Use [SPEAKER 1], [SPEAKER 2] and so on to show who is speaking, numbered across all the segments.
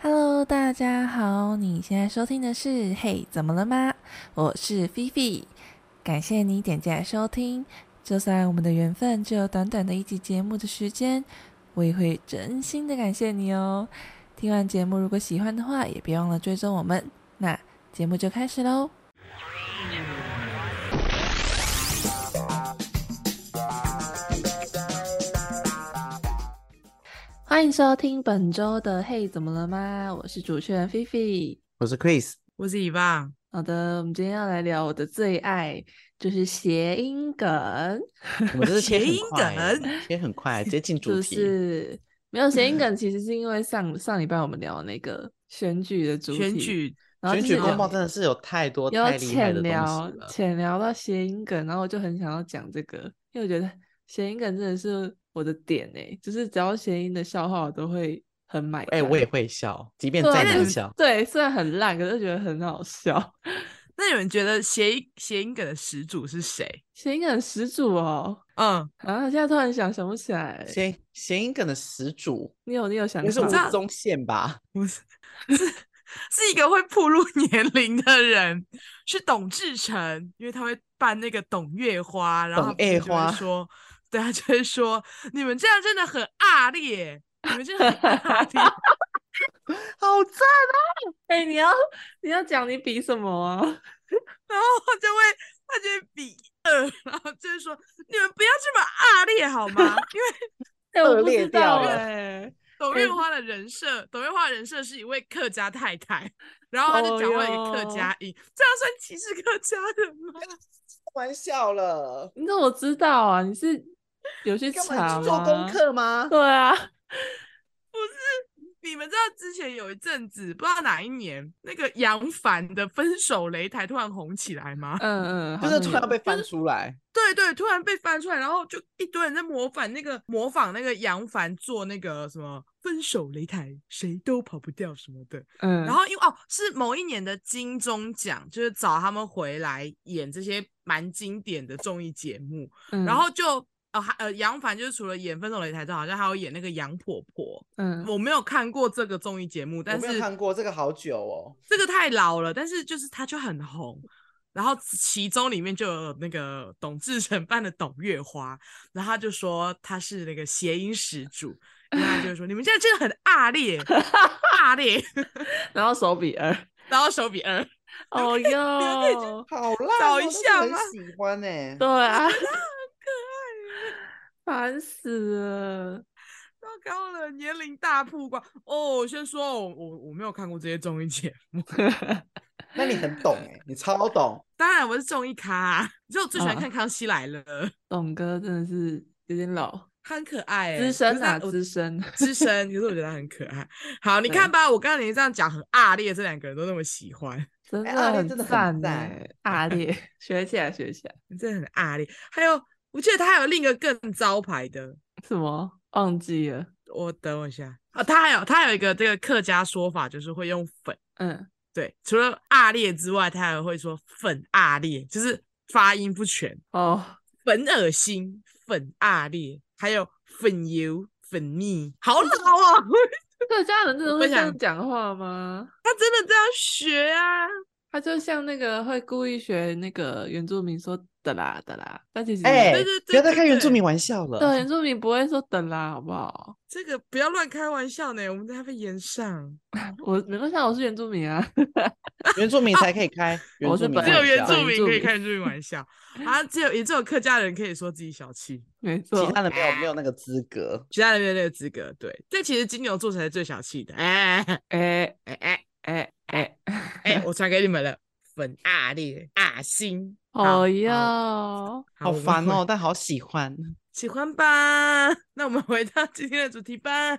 [SPEAKER 1] Hello，大家好，你现在收听的是《嘿，怎么了吗》？我是菲菲，感谢你点进来收听。就算我们的缘分只有短短的一集节目的时间，我也会真心的感谢你哦。听完节目，如果喜欢的话，也别忘了追踪我们。那节目就开始喽。欢迎收听本周的《嘿，怎么了吗》？我是主持人菲菲。
[SPEAKER 2] 我是 Chris，
[SPEAKER 3] 我是以棒，
[SPEAKER 1] 好的，我们今天要来聊我的最爱，就是谐音梗，
[SPEAKER 2] 我们这是切
[SPEAKER 3] 谐
[SPEAKER 2] 很
[SPEAKER 3] 音
[SPEAKER 2] 快欸
[SPEAKER 3] 梗，
[SPEAKER 2] 切很快，直接进
[SPEAKER 1] 就
[SPEAKER 2] 主题。
[SPEAKER 1] 是没有谐音梗，其实是因为上上礼拜我们聊那个选举的主题，
[SPEAKER 3] 选举
[SPEAKER 1] 然后
[SPEAKER 2] 选
[SPEAKER 1] 就
[SPEAKER 2] 举
[SPEAKER 1] 是
[SPEAKER 2] 公
[SPEAKER 1] 有
[SPEAKER 2] 报真的是有太多太
[SPEAKER 1] 有
[SPEAKER 2] 厉害的
[SPEAKER 1] 浅
[SPEAKER 2] 东西
[SPEAKER 1] 聊
[SPEAKER 2] 了，
[SPEAKER 1] 浅聊到谐音梗，然后我就很想要讲这个，因为我觉得谐音梗真的是我的点诶、就是只要谐音的笑话我都会很买
[SPEAKER 2] 哎、
[SPEAKER 1] 单。
[SPEAKER 2] 我也会笑，即便
[SPEAKER 1] 对啊
[SPEAKER 2] 再
[SPEAKER 1] 就
[SPEAKER 2] 难
[SPEAKER 1] 是
[SPEAKER 2] 笑，
[SPEAKER 1] 对，虽然很烂，可是觉得很好笑。
[SPEAKER 3] 那你们觉得谐音谐音梗的始祖是谁？
[SPEAKER 1] 谐音梗始祖哦，
[SPEAKER 3] 嗯，
[SPEAKER 1] 啊，现在突然想想不起来，
[SPEAKER 2] 谐谐音梗的始祖，
[SPEAKER 1] 你有你有想
[SPEAKER 2] 应该是
[SPEAKER 1] 法
[SPEAKER 2] 吴
[SPEAKER 1] 吗
[SPEAKER 2] 宗宪吧？
[SPEAKER 3] 不是，是是一个会暴露 年龄的人，是董志成，因为他会扮那个董月花，然后
[SPEAKER 2] 董
[SPEAKER 3] 他不是
[SPEAKER 2] 月
[SPEAKER 3] 就会
[SPEAKER 2] 花
[SPEAKER 3] 说，对他就会说，你们这样真的很恶劣，你们真的很恶 劣。
[SPEAKER 2] 好赞！
[SPEAKER 1] 哎、你要你要讲你比什么啊？
[SPEAKER 3] 然后他就会他就会比二，然后就是说你们不要这么恶劣好吗？因为
[SPEAKER 1] 哎、
[SPEAKER 2] 恶
[SPEAKER 1] 我不
[SPEAKER 2] 劣
[SPEAKER 1] 知道
[SPEAKER 2] 掉了
[SPEAKER 1] 哎、
[SPEAKER 3] 董
[SPEAKER 1] 哎
[SPEAKER 3] 月花的人设，董月花的人设是一位客家太太，然后她就
[SPEAKER 1] 哦
[SPEAKER 3] 讲话一个客
[SPEAKER 1] 哟
[SPEAKER 3] 家音，这样算歧视客家人吗？
[SPEAKER 2] 玩笑了，
[SPEAKER 1] 你怎么知道啊？你是有去
[SPEAKER 2] 你干
[SPEAKER 1] 查
[SPEAKER 2] 嘛
[SPEAKER 1] 吗？
[SPEAKER 2] 去做功？课吗？
[SPEAKER 1] 对啊，
[SPEAKER 3] 你们知道之前有一阵子，不知道哪一年，那个杨凡的《分手擂台》突然红起来吗？
[SPEAKER 1] 嗯嗯，
[SPEAKER 2] 就
[SPEAKER 1] 好
[SPEAKER 2] 是
[SPEAKER 1] 像
[SPEAKER 2] 突
[SPEAKER 1] 有
[SPEAKER 2] 然被翻出来，
[SPEAKER 3] 对对，突然被翻出来，然后就一堆人在模仿那个模仿那个杨凡做那个什么分手擂台，谁都跑不掉什么的。
[SPEAKER 1] 嗯，
[SPEAKER 3] 然后因为哦，是某一年的金钟奖，就是找他们回来演这些蛮经典的综艺节目，
[SPEAKER 1] 嗯
[SPEAKER 3] 然后就。呃，还呃，杨凡就是除了演《分手擂台》之外，好像还有演那个杨婆婆。
[SPEAKER 1] 嗯
[SPEAKER 3] 我没有看过这个综艺节目，
[SPEAKER 2] 我
[SPEAKER 3] 但
[SPEAKER 2] 没有
[SPEAKER 3] 是
[SPEAKER 2] 看过这个好久哦。
[SPEAKER 3] 这个太老了，但是就是他就很红。然后其中里面就有那个董志成扮的董月花，然后他就说他是那个谐音始祖，然后他就说 你们这样真的很恶劣，恶劣，
[SPEAKER 1] 然后手比二，
[SPEAKER 3] 然后手比二。
[SPEAKER 1] 哦
[SPEAKER 3] 们可以去
[SPEAKER 1] 哟，
[SPEAKER 2] 好啦，
[SPEAKER 3] 找
[SPEAKER 2] 我
[SPEAKER 3] 一
[SPEAKER 2] 都是
[SPEAKER 3] 下
[SPEAKER 2] 很
[SPEAKER 3] 吗
[SPEAKER 2] 喜欢呢、欸。
[SPEAKER 1] 对 啊， 烦死了，
[SPEAKER 3] 糟糕了，年龄大曝光哦！我先说，我我我没有看过这些综艺节目，
[SPEAKER 2] 那你很懂哎、你超懂。
[SPEAKER 3] 当然我是综艺咖、啊，你知道我最喜欢
[SPEAKER 1] 啊
[SPEAKER 3] 看《康熙来了》
[SPEAKER 1] 董哥真的是有点老，
[SPEAKER 3] 他 很可爱、欸，
[SPEAKER 1] 资
[SPEAKER 3] 可
[SPEAKER 1] 深
[SPEAKER 3] 是他
[SPEAKER 1] 啊，
[SPEAKER 3] 我
[SPEAKER 1] 资 深，
[SPEAKER 3] 资深，可是我觉得他很可爱。好，你
[SPEAKER 1] 对
[SPEAKER 3] 看吧，我刚刚你这样讲很恶劣，这两个人都那么喜欢，
[SPEAKER 1] 真
[SPEAKER 2] 哎阿烈
[SPEAKER 1] 很
[SPEAKER 2] 真的很
[SPEAKER 1] 赞
[SPEAKER 2] 赞
[SPEAKER 1] 欸阿烈， 学起来，学起来，
[SPEAKER 3] 真的很恶劣。还有，我记得他还有另一个更招牌的，
[SPEAKER 1] 什么忘记了？
[SPEAKER 3] 我等我一下啊、他还有他有一个这个客家说法，就是会用粉。
[SPEAKER 1] 嗯，
[SPEAKER 3] 对，除了恶劣之外，他还会说粉恶劣，就是发音不全。
[SPEAKER 1] 哦，
[SPEAKER 3] 粉恶心、粉恶劣，还有粉油、粉腻，好老啊！
[SPEAKER 1] 客家人真的
[SPEAKER 3] 我
[SPEAKER 1] 会
[SPEAKER 3] 分
[SPEAKER 1] 这样
[SPEAKER 3] 享
[SPEAKER 1] 讲话吗？
[SPEAKER 3] 他真的这样学啊？
[SPEAKER 1] 他就像那个会故意学那个原住民说的啦的啦，但其实、
[SPEAKER 2] 哎、
[SPEAKER 3] 对对对
[SPEAKER 2] 不要再
[SPEAKER 3] 对
[SPEAKER 2] 开原住
[SPEAKER 3] 对
[SPEAKER 2] 民玩笑了。
[SPEAKER 1] 对原住民不会说的啦，好不好？
[SPEAKER 3] 这个不要乱开玩笑呢，我们等下被延上。
[SPEAKER 1] 我没关系啊，我是原住民啊。
[SPEAKER 2] 原住民才可以开，原
[SPEAKER 1] 我
[SPEAKER 2] 住
[SPEAKER 1] 是
[SPEAKER 2] 民
[SPEAKER 1] 本
[SPEAKER 3] 只
[SPEAKER 2] 才
[SPEAKER 3] 有
[SPEAKER 2] 可以啊
[SPEAKER 3] 原
[SPEAKER 2] 开
[SPEAKER 3] 住
[SPEAKER 1] 本
[SPEAKER 3] 民
[SPEAKER 1] 住
[SPEAKER 3] 可以
[SPEAKER 1] 民
[SPEAKER 3] 开原住民玩笑啊，只有也只有客家人可以说自己小气，
[SPEAKER 1] 没
[SPEAKER 2] 其
[SPEAKER 1] 错，
[SPEAKER 2] 他的没有没有那个资格。
[SPEAKER 3] 其他人没有那个资格。对，但其实金牛座才是最小气的。哎哎
[SPEAKER 1] 哎
[SPEAKER 3] 哎哎
[SPEAKER 1] 哎哎，
[SPEAKER 3] 哎，我传给你们了，粉恶劣、恶心。好
[SPEAKER 1] 哦哟，
[SPEAKER 3] 好
[SPEAKER 2] 好
[SPEAKER 3] 我们
[SPEAKER 2] 烦
[SPEAKER 3] 回
[SPEAKER 2] 哦，但好喜欢。
[SPEAKER 3] 喜欢吧？那我们回到今天的主题吧。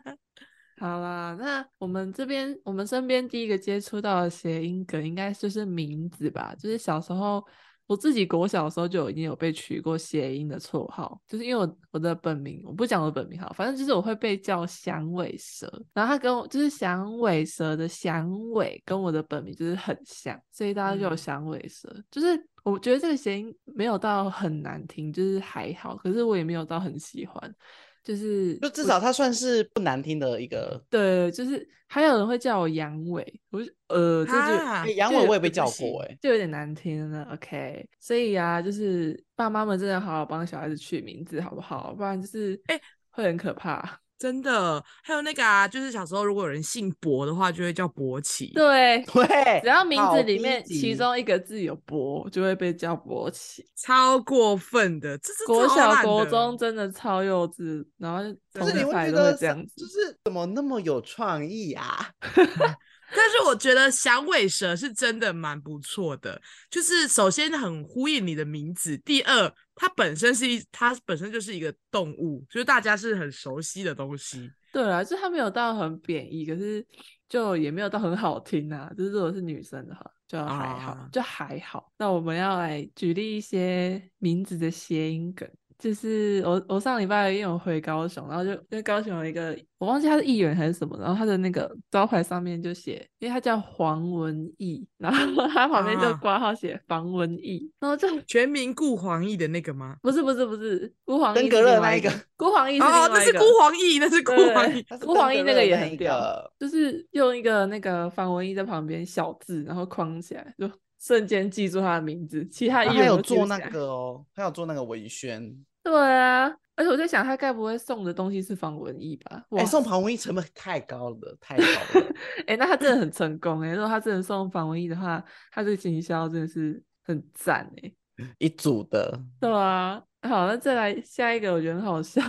[SPEAKER 1] 好啦，那我们这边我们身边第一个接触到的谐音梗，应该就是名字吧，就是小时候。我自己国小的时候就已经有被取过谐音的绰号，就是因为我我的本名，我不讲我的本名好，反正就是我会被叫响尾蛇，然后他跟我就是响尾蛇的响尾跟我的本名就是很像，所以大家就有
[SPEAKER 3] 嗯
[SPEAKER 1] 响尾蛇。就是我觉得这个谐音没有到很难听，就是还好，可是我也没有到很喜欢。就是
[SPEAKER 2] 就至少它算是不难听的一个。
[SPEAKER 1] 对，就是还有人会叫我阳痿，我就呃，这就
[SPEAKER 3] 啊
[SPEAKER 2] 哎，阳
[SPEAKER 1] 就
[SPEAKER 2] 痿
[SPEAKER 1] 有
[SPEAKER 2] 我也被
[SPEAKER 1] 不
[SPEAKER 2] 叫
[SPEAKER 1] 行
[SPEAKER 2] 过哎，
[SPEAKER 1] 就有点难听了。OK，所以啊，就是爸妈们真的好好帮小孩子取名字好不好？不然就是
[SPEAKER 3] 哎
[SPEAKER 1] 会很可怕。
[SPEAKER 3] 真的，还有那个啊，就是小时候如果有人姓博的话，就会叫博奇。
[SPEAKER 1] 对，
[SPEAKER 2] 对，
[SPEAKER 1] 只要名
[SPEAKER 2] 好
[SPEAKER 1] 字里
[SPEAKER 2] 低
[SPEAKER 1] 面其
[SPEAKER 2] 级
[SPEAKER 1] 中一个字有“博”，就会被叫博起。
[SPEAKER 3] 超过分的，这是
[SPEAKER 1] 国
[SPEAKER 3] 超
[SPEAKER 1] 小、
[SPEAKER 3] 烂
[SPEAKER 1] 国
[SPEAKER 3] 的
[SPEAKER 1] 中真的超幼稚，然后
[SPEAKER 2] 就
[SPEAKER 1] 同
[SPEAKER 2] 是你
[SPEAKER 1] 学
[SPEAKER 2] 会
[SPEAKER 1] 反
[SPEAKER 2] 觉
[SPEAKER 1] 都会
[SPEAKER 2] 得
[SPEAKER 1] 这样
[SPEAKER 2] 是
[SPEAKER 1] 子
[SPEAKER 2] 就。是怎么那么有创意啊？
[SPEAKER 3] 但是我觉得响尾蛇是真的蛮不错的，就是首先很呼应你的名字，第二它本身是一，它本身就是一个动物，就是大家是很熟悉的东西。
[SPEAKER 1] 对啊，就他没有到很贬义，可是就也没有到很好听啊。就是如果是女生的话，就还好，
[SPEAKER 2] 哦
[SPEAKER 3] 啊
[SPEAKER 1] 就还好。那我们要来举例一些名字的谐音梗。就是我，我上礼拜因为我回高雄，然后就因为高雄有一个我忘记他是议员还是什么，然后他的那个招牌上面就写，因为他叫黄文义，然后他旁边就
[SPEAKER 3] 啊
[SPEAKER 1] 挂号写房文义，然后就
[SPEAKER 3] 全民顾黄奕的那个吗？
[SPEAKER 1] 不是不是不是孤黄
[SPEAKER 2] 登
[SPEAKER 1] 奕
[SPEAKER 2] 革
[SPEAKER 1] 是
[SPEAKER 2] 热
[SPEAKER 1] 另
[SPEAKER 2] 那
[SPEAKER 1] 外
[SPEAKER 2] 一
[SPEAKER 1] 一个
[SPEAKER 2] 个，
[SPEAKER 1] 孤黄奕是另
[SPEAKER 3] 哦，那
[SPEAKER 1] 外一
[SPEAKER 3] 是
[SPEAKER 1] 个
[SPEAKER 3] 顾黄奕，那是顾
[SPEAKER 1] 对
[SPEAKER 3] 黄
[SPEAKER 1] 对
[SPEAKER 3] 奕。
[SPEAKER 2] 它是
[SPEAKER 1] 孤
[SPEAKER 2] 登
[SPEAKER 1] 黄
[SPEAKER 2] 革
[SPEAKER 1] 奕那
[SPEAKER 2] 热
[SPEAKER 1] 个
[SPEAKER 2] 的
[SPEAKER 1] 也
[SPEAKER 2] 那
[SPEAKER 1] 很
[SPEAKER 2] 一
[SPEAKER 1] 屌
[SPEAKER 2] 个
[SPEAKER 1] 就是用一个那个防蚊衣在旁边小字，然后框起来，就瞬间记住他的名字。其他
[SPEAKER 2] 然
[SPEAKER 1] 艺
[SPEAKER 2] 啊后还
[SPEAKER 1] 人
[SPEAKER 2] 有
[SPEAKER 1] 都记
[SPEAKER 2] 做
[SPEAKER 1] 不
[SPEAKER 2] 那
[SPEAKER 1] 起来
[SPEAKER 2] 个哦，还有做那个文宣，
[SPEAKER 1] 对啊，而且我在想，他该不会送的东西是防蚊衣吧？哇，
[SPEAKER 2] 哎，送旁文成本太高了，太高了。
[SPEAKER 1] 哎、那他真的很成功哎、如果他真的送防蚊衣的话，他这个行销真的是很赞哎、
[SPEAKER 2] 一组的，
[SPEAKER 1] 对啊，好，那再来下一个，我觉得很好笑，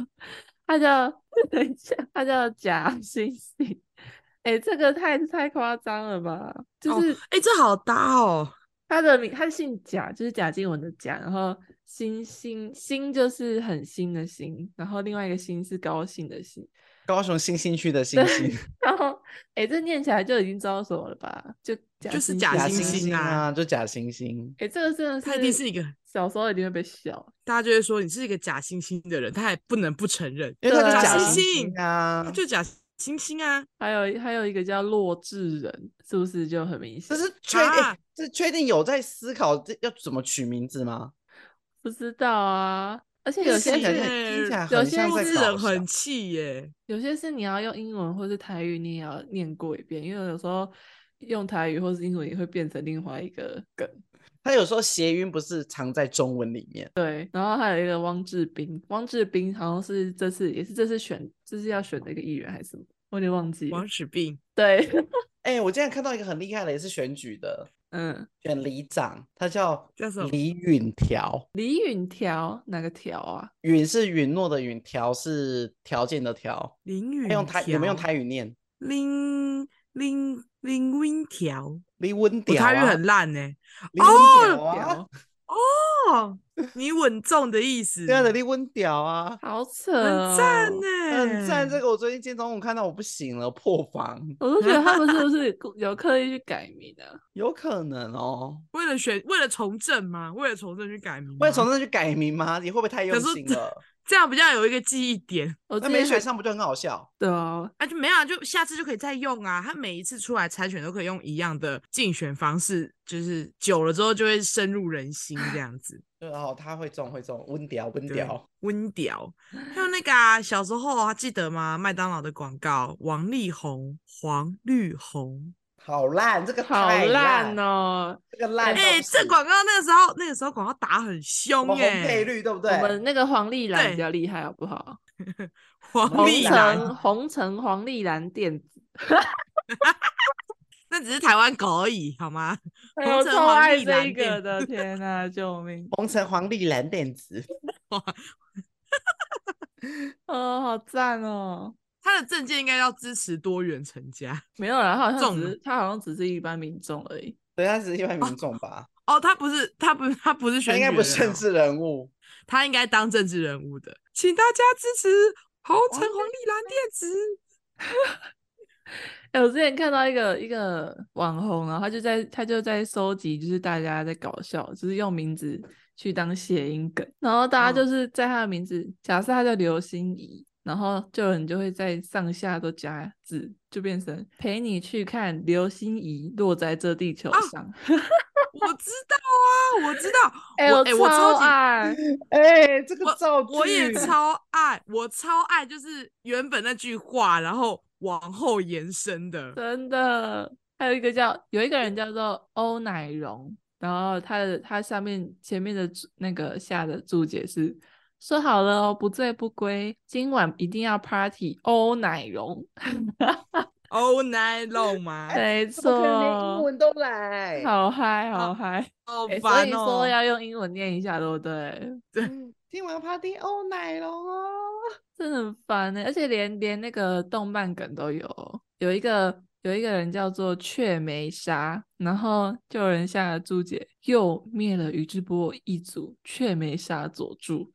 [SPEAKER 1] 他叫等一下，他叫假惺惺。哎、这个太太夸张了吧？就
[SPEAKER 3] 哦
[SPEAKER 1] 是、
[SPEAKER 3] 哎、这好搭哦。
[SPEAKER 1] 他的名，他姓贾，就是贾静雯的贾，然后欣欣欣就是很新的新，然后另外一个欣是高兴的兴，
[SPEAKER 2] 高雄新兴区的星星，
[SPEAKER 1] 然后哎、诶这念起来就已经知道什么了吧？就贾
[SPEAKER 3] 就是
[SPEAKER 1] 欣
[SPEAKER 3] 贾
[SPEAKER 1] 欣
[SPEAKER 2] 假
[SPEAKER 3] 星
[SPEAKER 2] 星
[SPEAKER 3] 星
[SPEAKER 2] 星
[SPEAKER 3] 啊
[SPEAKER 2] 啊，就假星星。
[SPEAKER 1] 哎、这个真的是，
[SPEAKER 3] 他一定是一个，
[SPEAKER 1] 小时候一定会被笑，
[SPEAKER 3] 大家就会说你是一个假惺惺的人，他还不能不承认，
[SPEAKER 2] 因为他
[SPEAKER 1] 对
[SPEAKER 2] 就
[SPEAKER 1] 啊
[SPEAKER 2] 假
[SPEAKER 1] 假
[SPEAKER 3] 星
[SPEAKER 2] 星
[SPEAKER 3] 星
[SPEAKER 2] 星啊，
[SPEAKER 3] 他就假惺惺啊。
[SPEAKER 1] 还有还有一个叫洛智人，是不是就很明
[SPEAKER 2] 这
[SPEAKER 1] 显？
[SPEAKER 2] 是确定、
[SPEAKER 3] 啊
[SPEAKER 2] 这确定有在思考这要怎么取名字吗？
[SPEAKER 1] 不知道啊，而且
[SPEAKER 2] 这
[SPEAKER 1] 有
[SPEAKER 2] 听
[SPEAKER 1] 些
[SPEAKER 2] 起来
[SPEAKER 1] 是
[SPEAKER 2] 很听起来
[SPEAKER 1] 有
[SPEAKER 2] 很
[SPEAKER 1] 些
[SPEAKER 2] 像
[SPEAKER 3] 弱
[SPEAKER 2] 在
[SPEAKER 3] 智
[SPEAKER 2] 搞
[SPEAKER 3] 人
[SPEAKER 2] 笑
[SPEAKER 3] 很气耶，
[SPEAKER 1] 有些是你要用英文或是台语，你也要念过一遍，因为有时候用台语或是英文也会变成另外一个梗。
[SPEAKER 2] 他有时候谐音不是藏在中文里面，
[SPEAKER 1] 对，然后还有一个汪志斌，汪志斌好像是这次也是这次选，这次要选的一个议员还是什么，我有点忘记了
[SPEAKER 3] 王。史病。
[SPEAKER 1] 对，
[SPEAKER 2] 哎、我今天看到一个很厉害的，也是选举的，
[SPEAKER 1] 嗯，
[SPEAKER 2] 选里长，他叫
[SPEAKER 3] 叫什么
[SPEAKER 2] 李允条，
[SPEAKER 1] 李允条哪个条啊？
[SPEAKER 2] 允是允诺的允，条是条件的条。
[SPEAKER 3] 林允
[SPEAKER 2] 他用台有没有用
[SPEAKER 3] 条
[SPEAKER 2] 台语念？
[SPEAKER 3] 林林林温条，
[SPEAKER 2] 李文
[SPEAKER 3] 我
[SPEAKER 2] 条、啊，
[SPEAKER 3] 台语很烂呢、
[SPEAKER 2] 李文条啊
[SPEAKER 1] 条，，
[SPEAKER 3] 哦，你稳重的意思，
[SPEAKER 2] 对啊，李文条啊，
[SPEAKER 1] 好扯、
[SPEAKER 3] 很
[SPEAKER 1] 哦，
[SPEAKER 3] 赞呢、
[SPEAKER 2] 很赞。这个我最近今天中午看到，我不行了，破防，
[SPEAKER 1] 我都觉得他们是不是故有刻意去改名啊？
[SPEAKER 2] 有可能哦。
[SPEAKER 3] 为了选，为了从政吗？为了从政去改名吗，
[SPEAKER 2] 为了从那去改名吗？你会不会太
[SPEAKER 3] 可
[SPEAKER 2] 用
[SPEAKER 3] 是
[SPEAKER 2] 心
[SPEAKER 3] 这
[SPEAKER 2] 了？
[SPEAKER 3] 这样比较有一个记忆点。
[SPEAKER 1] 我
[SPEAKER 2] 那
[SPEAKER 1] 之
[SPEAKER 2] 没
[SPEAKER 1] 前
[SPEAKER 2] 选
[SPEAKER 1] 还
[SPEAKER 2] 上不就很好笑？
[SPEAKER 1] 对啊，
[SPEAKER 3] 啊，就没有、啊，就下次就可以再用啊。他每一次出来参选都可以用一样的竞选方式，就是久了之后就会深入人心这样子。
[SPEAKER 2] 对哦，他会中会中，温屌温
[SPEAKER 3] 对
[SPEAKER 2] 屌，，
[SPEAKER 3] 温屌，还有那个啊，小时候啊，记得吗？麦当劳的广告，王力宏、黄绿红，
[SPEAKER 2] 好烂，这个
[SPEAKER 1] 好
[SPEAKER 2] 太
[SPEAKER 1] 烂
[SPEAKER 2] 烂，
[SPEAKER 1] 哦。
[SPEAKER 2] 这个烂到
[SPEAKER 3] 哎、
[SPEAKER 2] 不
[SPEAKER 3] 这
[SPEAKER 2] 行
[SPEAKER 3] 广告那个时候，那个时候广告打很
[SPEAKER 2] 我
[SPEAKER 3] 凶
[SPEAKER 2] 们红
[SPEAKER 3] 哎、
[SPEAKER 2] 配绿对不
[SPEAKER 1] 我们
[SPEAKER 2] 对？
[SPEAKER 1] 那个黄丽兰
[SPEAKER 3] 对
[SPEAKER 1] 比较厉害，好不好？
[SPEAKER 3] 黄
[SPEAKER 1] 红
[SPEAKER 3] 丽
[SPEAKER 2] 红蓝
[SPEAKER 1] 橙
[SPEAKER 3] 兰，
[SPEAKER 1] 红橙黄丽兰电子，
[SPEAKER 3] 那只是台湾狗而已，好吗？
[SPEAKER 1] 哎
[SPEAKER 3] 红
[SPEAKER 1] 我
[SPEAKER 3] 橙
[SPEAKER 1] 超
[SPEAKER 3] 黄
[SPEAKER 1] 爱
[SPEAKER 3] 丽
[SPEAKER 1] 这
[SPEAKER 3] 兰
[SPEAKER 1] 一
[SPEAKER 3] 电
[SPEAKER 1] 个的，天哪、救 命！
[SPEAKER 2] 红橙黄绿蓝靛紫，
[SPEAKER 1] 哦，好赞哦！
[SPEAKER 3] 他的证件应该要支持多元成家
[SPEAKER 1] 没有啦，他好像
[SPEAKER 3] 中
[SPEAKER 1] 只
[SPEAKER 3] 了
[SPEAKER 1] 是他好像只是一般民众而已。
[SPEAKER 2] 对，他只是一般民众吧，
[SPEAKER 3] 哦。他不是，他不是，他不是选
[SPEAKER 2] 他
[SPEAKER 3] 举
[SPEAKER 2] 应该不是政
[SPEAKER 3] 人哦
[SPEAKER 2] 治人物。
[SPEAKER 3] 他应该当政治人物的，请大家支持红
[SPEAKER 2] 哦
[SPEAKER 3] 橙黄绿蓝电子。
[SPEAKER 1] 哎、我之前看到一个一个网红，然后他就在他就在收集，就是大家在搞笑，就是用名字去当谐音梗，然后大家就
[SPEAKER 3] 嗯
[SPEAKER 1] 是在他的名字，假设他叫刘心怡，然后就有人就会在上下都加字，就变成陪你去看刘心怡落在这地球
[SPEAKER 3] 啊
[SPEAKER 1] 上。
[SPEAKER 3] 我知道啊，我知道，
[SPEAKER 1] 哎、
[SPEAKER 3] 我
[SPEAKER 1] 我
[SPEAKER 3] 哎我超级
[SPEAKER 1] 爱，
[SPEAKER 2] 哎，这个造句，
[SPEAKER 3] 我也超爱，我超爱，就是原本那句话，然后往后延伸的。
[SPEAKER 1] 真的。还有一个叫有一个人叫做欧乃荣，然后他的他下面前面的注那个下的注解是说好了哦，不醉不归，今晚一定要 party。欧乃荣，
[SPEAKER 3] All night long 吗？
[SPEAKER 1] 没
[SPEAKER 2] 哎怎么可能连英
[SPEAKER 1] 错，
[SPEAKER 2] 文都来？
[SPEAKER 1] 好嗨好
[SPEAKER 3] 好
[SPEAKER 1] 嗨、
[SPEAKER 3] 好
[SPEAKER 1] 哎所
[SPEAKER 3] 烦
[SPEAKER 1] 以
[SPEAKER 3] 哦、
[SPEAKER 1] 说要用英文念一下，对不对？
[SPEAKER 2] 嗯，今晚 party 欧奶龙哦，
[SPEAKER 1] 真的很烦欸呢、而且连连那个动漫梗都有，哦有一个有一个人叫做雀梅沙，然后就有人下了注解，又灭了宇智波一族雀梅沙佐助，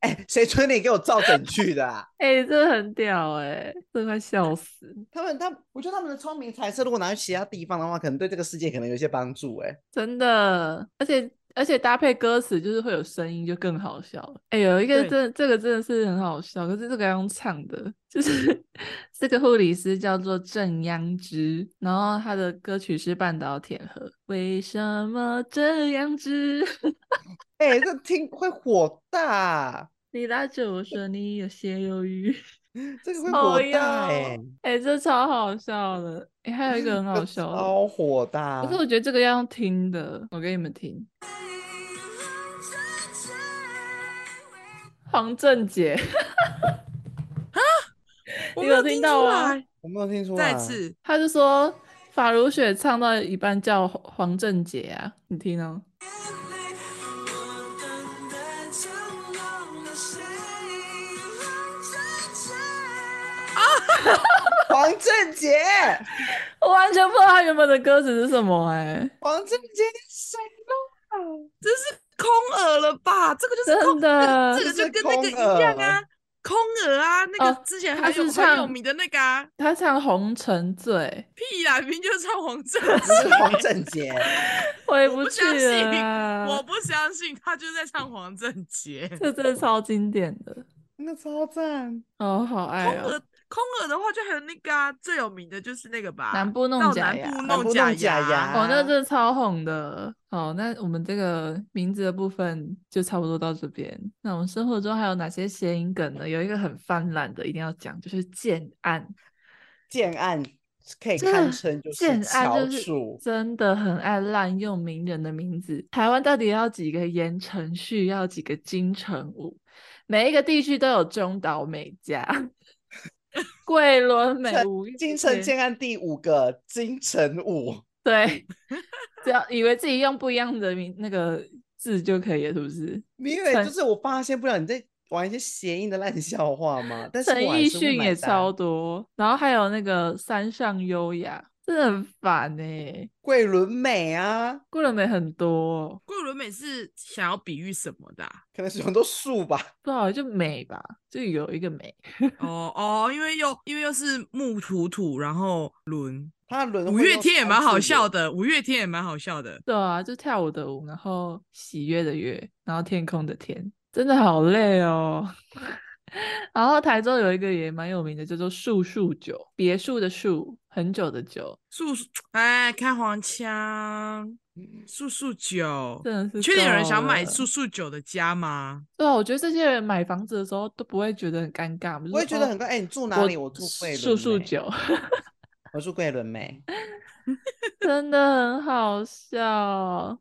[SPEAKER 2] 哎，谁催你给我造整句的啊？
[SPEAKER 1] 哎、这很屌哎、这快笑死，
[SPEAKER 2] 他们他，我觉得他们的聪明才智，如果拿去其他地方的话，可能对这个世界可能有一些帮助。哎，
[SPEAKER 1] 真的，而且而且搭配歌词就是会有声音，就更好笑了。哎、有一个
[SPEAKER 3] 对
[SPEAKER 1] 真的这个真的是很好笑，可是这个要用唱的，就是 这个护理师叫做郑央之，然后他的歌曲是半岛铁盒。为什么这样子？
[SPEAKER 2] 哎，这听会火大，
[SPEAKER 1] 你拉着我说你有些犹豫，
[SPEAKER 2] 这个会
[SPEAKER 1] 哦
[SPEAKER 2] 火大
[SPEAKER 1] 哟
[SPEAKER 2] 哎，
[SPEAKER 1] 哎、这超好笑的。哎、还有一个很好
[SPEAKER 2] 这
[SPEAKER 1] 笑的，
[SPEAKER 2] 超火大。
[SPEAKER 1] 可是我觉得这个要用听的，我给你们听。黄正杰，
[SPEAKER 3] 我
[SPEAKER 1] 你
[SPEAKER 3] 没
[SPEAKER 1] 有听
[SPEAKER 3] 听
[SPEAKER 1] 到
[SPEAKER 3] 出
[SPEAKER 1] 吗
[SPEAKER 3] 来？
[SPEAKER 2] 我没有听出来。
[SPEAKER 3] 再，次，
[SPEAKER 1] 他就说法如雪唱到一半叫黄黄正杰啊，你听哦。
[SPEAKER 3] 啊
[SPEAKER 2] 黄正杰，
[SPEAKER 1] 我完全不知道他原本的歌词是什么哎、
[SPEAKER 2] 黄正杰谁弄
[SPEAKER 3] 这是空耳了吧？这个就是
[SPEAKER 1] 真
[SPEAKER 3] 空，
[SPEAKER 1] 的
[SPEAKER 3] 这。个
[SPEAKER 2] 这
[SPEAKER 3] 就是跟那个
[SPEAKER 2] 空耳
[SPEAKER 3] 一样啊，空耳啊，那
[SPEAKER 1] 哦
[SPEAKER 3] 个之前
[SPEAKER 1] 他
[SPEAKER 3] 还有
[SPEAKER 1] 是
[SPEAKER 3] 很有
[SPEAKER 1] 唱
[SPEAKER 3] 名的那个啊，
[SPEAKER 1] 他唱《红尘醉
[SPEAKER 3] 屁啦，明明就是唱黄正
[SPEAKER 2] 只是黄正杰，》，
[SPEAKER 1] 回
[SPEAKER 3] 我不
[SPEAKER 1] 去
[SPEAKER 3] 相信
[SPEAKER 1] 了啊
[SPEAKER 3] 我不相信他就是在唱黄正杰。
[SPEAKER 1] 这真的超经典的，
[SPEAKER 2] 那超赞。
[SPEAKER 1] 哦，好爱
[SPEAKER 3] 空
[SPEAKER 1] 哦
[SPEAKER 3] 耳。空耳的话，就还有那个啊，最有名的就是那个吧，
[SPEAKER 1] 南部弄
[SPEAKER 3] 到
[SPEAKER 1] 假
[SPEAKER 3] 南
[SPEAKER 1] 牙
[SPEAKER 3] 部
[SPEAKER 2] 南
[SPEAKER 3] 弄
[SPEAKER 2] 部
[SPEAKER 3] 假
[SPEAKER 2] 弄假牙
[SPEAKER 1] 哦，那
[SPEAKER 2] 啊
[SPEAKER 1] 真的超红的。好，那我们这个名字的部分就差不多到这边。那我们生活中还有哪些谐音梗呢？有一个很泛滥的，一定要讲，就是“建案”。
[SPEAKER 2] 建案可以
[SPEAKER 1] 真
[SPEAKER 2] 堪
[SPEAKER 1] 的
[SPEAKER 2] 称就是
[SPEAKER 1] 建案
[SPEAKER 2] 翘
[SPEAKER 1] 啊就是
[SPEAKER 2] 楚，
[SPEAKER 1] 真的很爱滥用名人的名字。台湾到底要几个盐城旭，要几个金城武？每一个地区都有中岛美嘉、 桂纶镁、
[SPEAKER 2] 陈
[SPEAKER 1] 吴月
[SPEAKER 2] 金城
[SPEAKER 1] 天
[SPEAKER 2] 建案第五个金城武，
[SPEAKER 1] 对，只要以为自己用不一样的名那个字就可以了，是不是？
[SPEAKER 2] 你以为
[SPEAKER 1] 陈
[SPEAKER 2] 就是我发现不了你在玩一些谐音的烂笑话吗？但是
[SPEAKER 1] 陈
[SPEAKER 2] 我还
[SPEAKER 1] 奕
[SPEAKER 2] 是会
[SPEAKER 1] 迅
[SPEAKER 2] 买
[SPEAKER 1] 也
[SPEAKER 2] 单
[SPEAKER 1] 超多，然后还有那个山上优雅，真的很烦呢、欸
[SPEAKER 2] 桂纶镁啊，
[SPEAKER 1] 桂纶镁很多哦，
[SPEAKER 3] 桂纶镁是想要比喻什么的啊、
[SPEAKER 2] 可能是很多树吧。
[SPEAKER 1] 不好就美吧，就有一个美。
[SPEAKER 3] 哦哦，因为又因为又是木土土，然后轮
[SPEAKER 2] 他的轮
[SPEAKER 3] 五月天也蛮好笑，的，五月天也蛮好笑的。
[SPEAKER 1] 对啊，就跳舞的舞，然后喜悦的悦，然后天空的天，真的好累哦。 然后台州有一个也蛮有名的，叫做树树酒，别墅的树，很久的久，
[SPEAKER 3] 素素，哎，开黄腔，素素酒，
[SPEAKER 1] 真的是。
[SPEAKER 3] 确定有人想买素？素酒的家吗？
[SPEAKER 1] 对啊，我觉得这些人买房子的时候都不会觉得很尴尬，
[SPEAKER 2] 我也觉得很怪。
[SPEAKER 1] 尬。
[SPEAKER 2] 哎、你住哪里？我住桂纶
[SPEAKER 1] 树树
[SPEAKER 2] 镁，
[SPEAKER 1] 酒，
[SPEAKER 2] 我住桂纶镁。
[SPEAKER 1] 真的很好笑。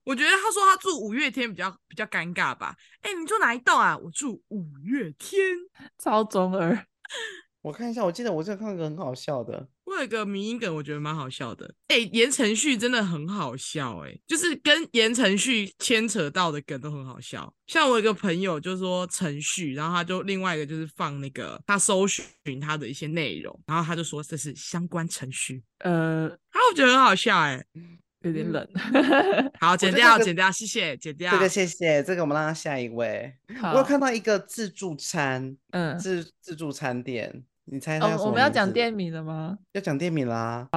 [SPEAKER 3] 我觉得他说他住五月天比较比较尴尬吧。哎，你住哪一栋啊？我住五月天。
[SPEAKER 1] 超中二，
[SPEAKER 2] 我看一下，我记得我这看到一个很好笑的，
[SPEAKER 3] 我有一个迷音梗，我觉得蛮好笑的。哎、言承旭真的很好笑、欸，就是跟言承旭牵扯到的梗都很好笑。像我有一个朋友就说程序，然后他就另外一个就是放那个他搜寻他的一些内容，然后他就说这是相关程序，
[SPEAKER 1] 呃，
[SPEAKER 3] 啊，我觉得很好笑、欸，哎，
[SPEAKER 1] 有点
[SPEAKER 2] 嗯
[SPEAKER 1] 冷。
[SPEAKER 3] 好，剪
[SPEAKER 2] 觉得
[SPEAKER 3] 掉，
[SPEAKER 2] 这个
[SPEAKER 3] 剪掉，谢谢，剪掉。
[SPEAKER 2] 这个谢谢，这个我们让他下一位。
[SPEAKER 1] 好，
[SPEAKER 2] 我有看到一个自助餐，
[SPEAKER 1] 嗯，
[SPEAKER 2] 自自助餐店，你猜它叫
[SPEAKER 1] 哦，
[SPEAKER 2] 什么
[SPEAKER 1] 我们要
[SPEAKER 2] 名
[SPEAKER 1] 讲
[SPEAKER 2] 字
[SPEAKER 1] 店名了吗？
[SPEAKER 2] 要讲店名啦。